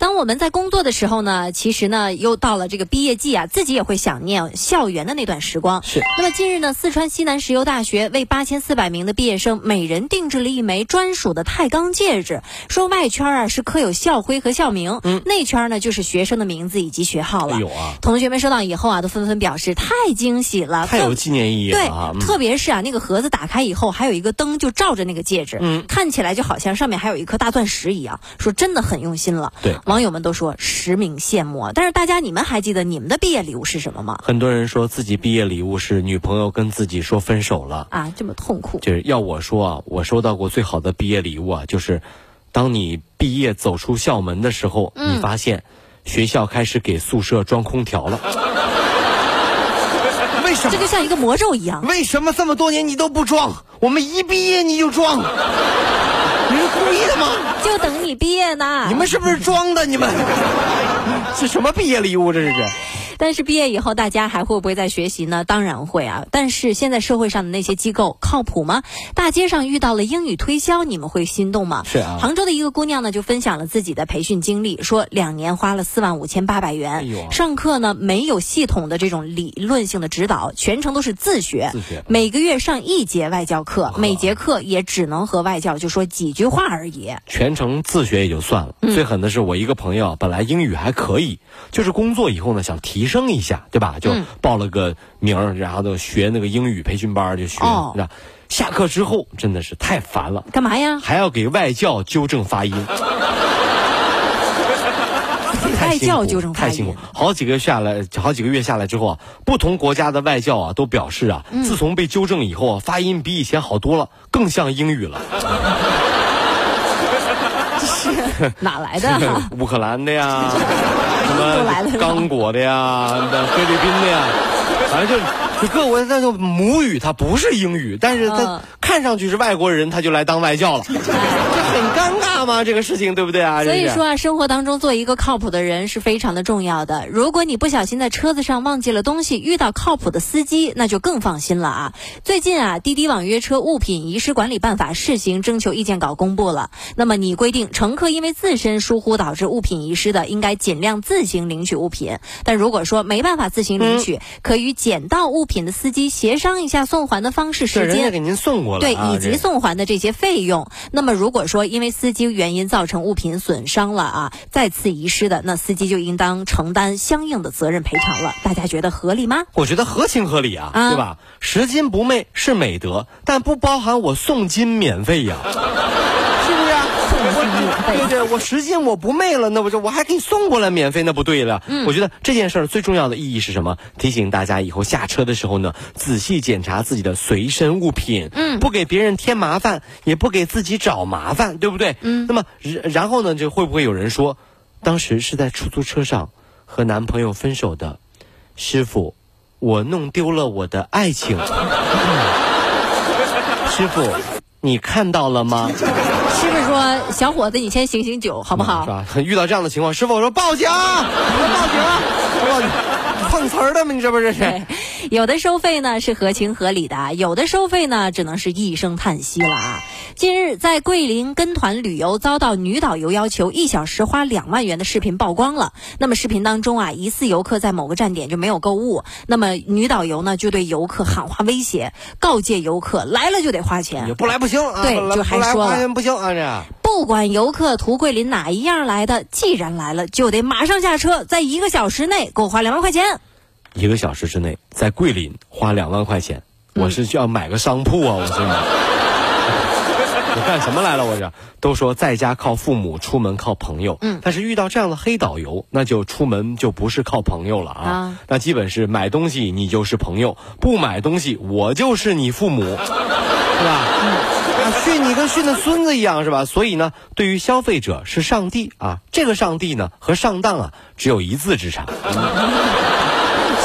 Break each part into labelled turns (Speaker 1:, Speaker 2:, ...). Speaker 1: 当我们在工作的时候呢，其实呢，又到了这个毕业季啊，自己也会想念校园的那段时光。
Speaker 2: 是
Speaker 1: 那么近日呢，四川西南石油大学为八千四百名的毕业生每人定制了一枚专属的钛钢戒指，说外圈啊是刻有校徽和校名，内圈呢就是学生的名字以及学号了。
Speaker 2: 嗯哎呦啊
Speaker 1: 同学们收到以后啊，都纷纷表示太惊喜了，
Speaker 2: 太有
Speaker 1: 更
Speaker 2: 纪念意义了
Speaker 1: 对
Speaker 2: 啊，！嗯
Speaker 1: 特别是啊，那个盒子打开以后，还有一个灯就照着那个戒指，
Speaker 2: 嗯
Speaker 1: 看起来就好像上面还有一颗大钻石一样。说真的很用心了，
Speaker 2: 对
Speaker 1: 网友们都说实名羡慕啊。但是大家，你们还记得你们的毕业礼物是什么吗？
Speaker 2: 很多人说自己毕业礼物是女朋友跟自己说分手了，
Speaker 1: 啊，这么痛苦，
Speaker 2: 就是要我说啊，我收到过最好的毕业礼物啊，就是当你毕业走出校门的时候，你发现学校开始给宿舍装空调 了。
Speaker 3: 为什
Speaker 1: 这
Speaker 3: 么？
Speaker 1: 就像一个魔咒一样。
Speaker 3: 为什么这么多年你都不装？我们一毕业你就装， 你是故意的吗？
Speaker 1: 就等你毕业呢。
Speaker 3: 你们是不是装的？你们 是什么毕业礼物？这是？
Speaker 1: 但是毕业以后，大家还会不会再学习呢？当然会啊！但是现在社会上的那些机构靠谱吗？大街上遇到了英语推销，你们会心动吗？
Speaker 2: 是啊
Speaker 1: 杭州的一个姑娘呢，就分享了自己的培训经历，说两年花了四万五千八百元，
Speaker 2: 哎呦啊
Speaker 1: 上课呢没有系统的这种理论性的指导，全程都是自学，
Speaker 2: 自学哦
Speaker 1: 每个月上一节外教课，每节课也只能和外教就说几句话而已。
Speaker 2: 全程自学也就算了，
Speaker 3: 嗯
Speaker 2: 最狠的是我一个朋友，本来英语还可以，就是工作以后呢想提升一下，对吧？
Speaker 3: 嗯
Speaker 2: 就报了个名儿，然后就学那个英语培训班儿就学，
Speaker 1: 哦
Speaker 2: 是吧？下课之后真的是太烦了，
Speaker 1: 干 嘛呀？
Speaker 2: 还要给外教纠正发音，太
Speaker 1: 外
Speaker 2: 辛苦
Speaker 1: 教纠正发
Speaker 2: 太辛
Speaker 1: 音
Speaker 2: 苦。。好几个下来，好几个月下来之后啊，不同国家的外教啊都表示啊，
Speaker 1: 嗯
Speaker 2: 自从被纠正以后啊，发音比以前好多了，更像英语 了。
Speaker 1: 哪来的、 啊？
Speaker 2: 乌克兰的呀，什
Speaker 1: 都来了
Speaker 2: 么
Speaker 1: 是吧
Speaker 2: 刚果的呀，那菲律宾的呀，反正就就各国那就母语它不是英语，但是它
Speaker 1: 嗯
Speaker 2: 看上去是外国人，他就来当外教了，这很尴尬吗？这个事情对不对啊？
Speaker 1: 所以
Speaker 2: 这是
Speaker 1: 说啊，生活当中做一个靠谱的人是非常的重要的。如果你不小心在车子上忘记了东西，遇到靠谱的司机，那就更放心了啊。最近啊，《滴滴网约车物品遗失管理办法》试行征求意见稿公布了。那么拟规定，乘客因为自身疏忽导致物品遗失的，应该尽量自行领取物品。但如果说没办法自行
Speaker 2: 嗯
Speaker 1: 领取，可与捡到物品的司机协商一下送还的方
Speaker 2: 这
Speaker 1: 式、时
Speaker 2: 人家
Speaker 1: 间
Speaker 2: 给。您送过来、
Speaker 1: 对，
Speaker 2: 啊，
Speaker 1: 以及
Speaker 2: 这
Speaker 1: 送还的这些费用。那么，如果说因为司机原因造成物品损伤了啊，再次遗失的，那司机就应当承担相应的责任赔偿了。大家觉得合理吗？
Speaker 2: 我觉得合情合理啊，
Speaker 1: 啊
Speaker 2: 对吧？拾金不昧是美德，但不包含我送金免费呀、
Speaker 3: 是不是啊？
Speaker 1: 费
Speaker 3: 我对对，我十斤我不昧了，那我就我还
Speaker 2: 还给你送过来免费，那不对了。我觉得这件事儿最重要的意义是什么？提醒大家以后下车的时候呢，仔细检查自己的随身物品，嗯，不给别人添麻烦，也不给自己找麻烦，对不对？嗯。那么，然然后呢，就会不会有人说，当时是在出租车上和男朋友分手的，师傅，我弄丢了我的爱情。师傅，你看到了吗？
Speaker 1: 师傅说：“小伙子，你先醒醒酒，好不
Speaker 3: 嗯
Speaker 1: 啊好？”
Speaker 2: 啊是吧？遇到这样的情况，师傅我说报警啊，我说报警啊，我报警，碰瓷儿的吗？你这不是？
Speaker 1: 对， 有的收费呢是合情合理的，有的收费呢只能是一声叹息了啊！近日，在桂林跟团旅游遭到女导游要求一小时花两万元的视频曝光了。那么视频当中啊，疑似游客在某个站点就没有购物，那么女导游呢就对游客喊话威胁，告诫游客来了就得花钱
Speaker 2: 也。不来不行啊，
Speaker 1: 对
Speaker 2: 不来
Speaker 1: 就还
Speaker 2: 不来
Speaker 1: 说了
Speaker 2: 花钱不行啊，这
Speaker 1: 不管游客图桂林哪一样来的，既然来了就得马上下车，在一个小时内给我花两万块钱。
Speaker 2: 一个小时之内在桂林花两万块钱，我是需要买个商铺啊，我是。我干什么来了？ 我这都说在家靠父母，出门靠朋友。嗯，但是遇到这样的黑导游，那就出门就不是靠朋友了啊。
Speaker 1: 啊
Speaker 2: 那基本是买东西你就是朋友，不买东西我就是你父母，是吧？啊，训你跟训的孙子一样是吧？所以呢，对于消费者是上帝啊，这个上帝呢和上当啊只有一字之差。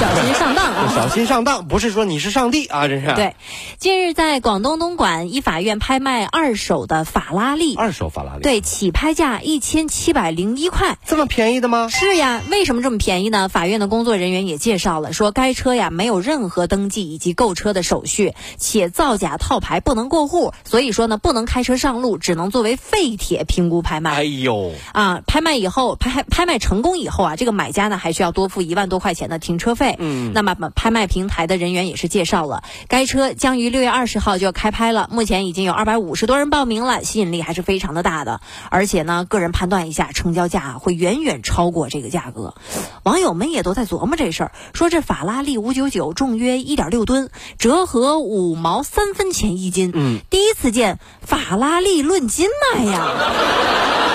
Speaker 1: 小心上当啊！
Speaker 2: 小心上当，不是说你是上帝啊，这是。，
Speaker 1: 对，近日在广东东莞一法院拍卖二手的法拉利，
Speaker 2: 二手法拉利，，
Speaker 1: 对，起拍价一千七百零一块。
Speaker 2: 这么便宜的吗？
Speaker 1: 是啊呀，为什么这么便宜呢？法院的工作人员也介绍了，说该车呀没有任何登记以及购车的手续，且造假套牌不能过户，所以说呢不能开车上路，只能作为废铁评估拍卖。
Speaker 2: 哎呦，
Speaker 1: 啊，拍卖以后，拍拍卖成功以后啊，这个买家呢还需要多付一万多块钱的停车费。嗯，那么拍卖平台的人员也是介绍了，该车将于六月二十号就要开拍了，目前已经有二百五十多人报名了，吸引力还是非常的大的。而且呢，个人判断一下，成交价啊会远远超过这个价格。网友们也都在琢磨这事儿，说这法拉利五九九重约一点六吨，折合五毛三分钱一斤。嗯，第一次见法拉利论斤卖呀。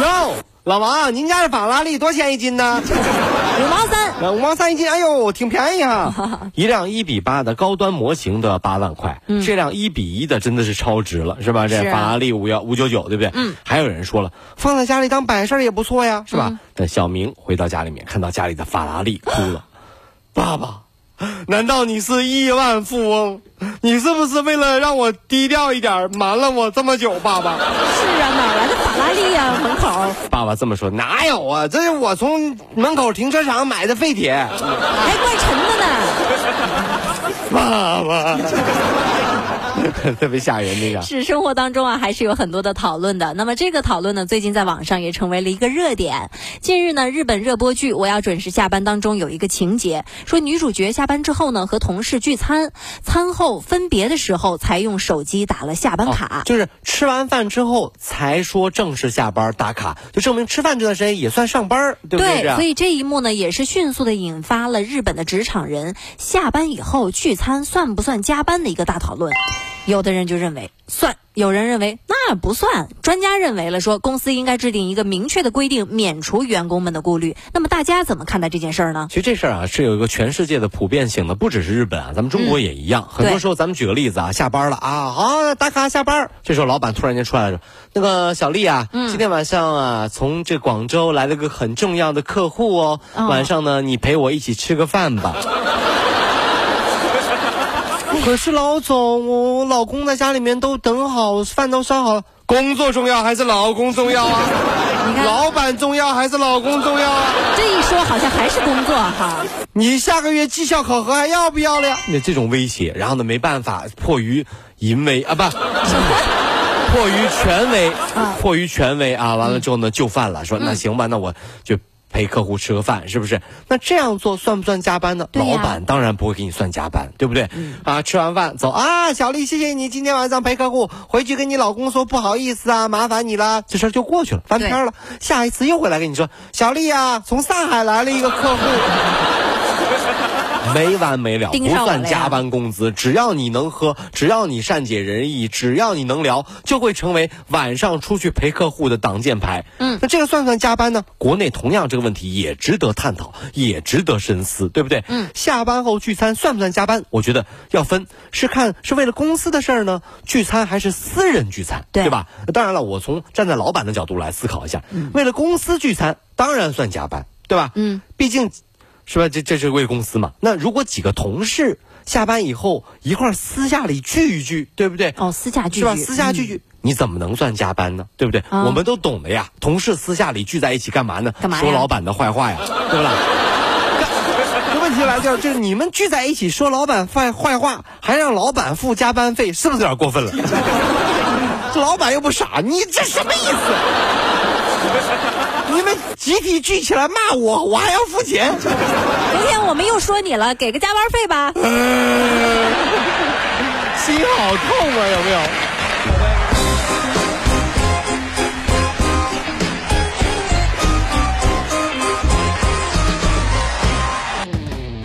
Speaker 2: 哟，老王，您家这法拉利多少钱一斤呢？
Speaker 1: 五毛三，
Speaker 2: 五毛三一斤，哎呦，挺便宜 哈！一辆一比八的高端模型的八万块，这辆一比一的真的是超值了，是吧？这
Speaker 1: 嗯是啊
Speaker 2: 法拉利五幺五九九，对不对？嗯。还有人说了，放在家里当摆设也不错呀，是吧？
Speaker 1: 嗯
Speaker 2: 但小明回到家里面，看到家里的法拉利，哭了。 爸爸，难道你是亿万富翁？你是不是为了让我低调一点，瞒了我这么久，爸爸？
Speaker 1: 是啊，哪来的法拉利呀、门口
Speaker 2: 爸爸这么说，哪有啊？这是我从门口停车场买的废铁。
Speaker 1: 还怪沉的呢。
Speaker 2: 爸爸， 特别吓人那个。
Speaker 1: 是生活当中啊，还是有很多的讨论的。那么这个讨论呢，最近在网上也成为了一个热点。近日呢，日本热播剧《我要准时下班》当中有一个情节，说女主角下班之后呢，和同事聚餐，餐后分别的时候才用手机打了下班卡。
Speaker 2: 哦就是吃完饭之后才说正式下班打卡，就证明吃饭这段时间也算上班儿，对不对？这样
Speaker 1: 所以这一幕呢，也是迅速的引发了日本的职场人下班以后聚餐算不算加班的一个大讨论。有的人就认为算，有人认为那不算。专家认为了说，公司应该制定一个明确的规定，免除员工们的顾虑。那么大家怎么看待这件事儿呢？
Speaker 2: 其实这事儿啊是有一个全世界的普遍性的，不只是日本啊，咱们中国也一
Speaker 1: 嗯
Speaker 2: 样。很多时候，咱们举个例子啊，下班了啊，好打卡下班儿，这时候老板突然间出来了，那个小丽啊，
Speaker 1: 嗯
Speaker 2: 今天晚上啊从这广州来了个很重要的客户哦，
Speaker 1: 哦
Speaker 2: 晚上呢你陪我一起吃个饭 吧。可是老总，我老公在家里面都等好，饭都烧好了。工作重要还是老公重要啊？
Speaker 1: 你看
Speaker 2: 老板重要还是老公重要啊？
Speaker 1: 这一说好像还是工作哈。
Speaker 2: 你下个月绩效考核还要不要了呀？那这种威胁，然后呢，没办法，迫于淫威啊，不，迫于权威，迫于权威啊，完了之后呢，就范
Speaker 1: 嗯
Speaker 2: 了，说那行吧，那我就陪客户吃个饭，是不是？那这样做算不算加班呢？
Speaker 1: 对呀嗯
Speaker 2: 老板当然不会给你算加班，对不对？啊，吃完饭走啊，小丽，谢谢你今天晚上陪客户，回去跟你老公说不好意思啊，麻烦你了，这事儿就过去了，翻篇了。下一次又回来跟你说，小丽啊，从上海来了一个 客户。没完没了，
Speaker 1: 盯
Speaker 2: 不
Speaker 1: 上我了呀
Speaker 2: 算加班工资，只要你能喝，只要你善解人意，只要你能聊，就会成为晚上出去陪客户的挡箭牌。嗯，那这个算不算加班呢？国内同样这个问题也值得探讨，也值得深思，对不对？嗯，下班后聚餐算不算加班？我觉得要分，是看是为了公司的事儿呢，聚餐还是私人聚餐，
Speaker 1: 对
Speaker 2: 吧？当然了，我从站在老板的角度来思考一下，为了公司聚餐当然算加班，对吧？
Speaker 1: 嗯，
Speaker 2: 毕竟是吧？这这是为公司嘛。那如果几个同事下班以后一块儿私下里聚一聚，对不对？
Speaker 1: 哦，私下聚
Speaker 2: 是吧？
Speaker 1: 聚，嗯
Speaker 2: 私下聚聚。你怎么能算加班呢？对不对？
Speaker 1: 啊
Speaker 2: 我们都懂的呀。同事私下里聚在一起干嘛呢？
Speaker 1: 干嘛呀
Speaker 2: 说老板的坏话呀，对不啦？ 这问题来就是，就是你们聚在一起说老板坏坏话，还让老板付加班费，是不是有点过分了？ 这老板又不傻，你这什么意思？你们集体聚起来骂我，我还要付钱？
Speaker 1: 明天我们又说你了，给个加班费吧。
Speaker 2: 呃心好痛啊，有没有？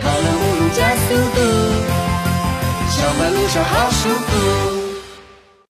Speaker 4: 跑了五路加速度，上班路上好舒服。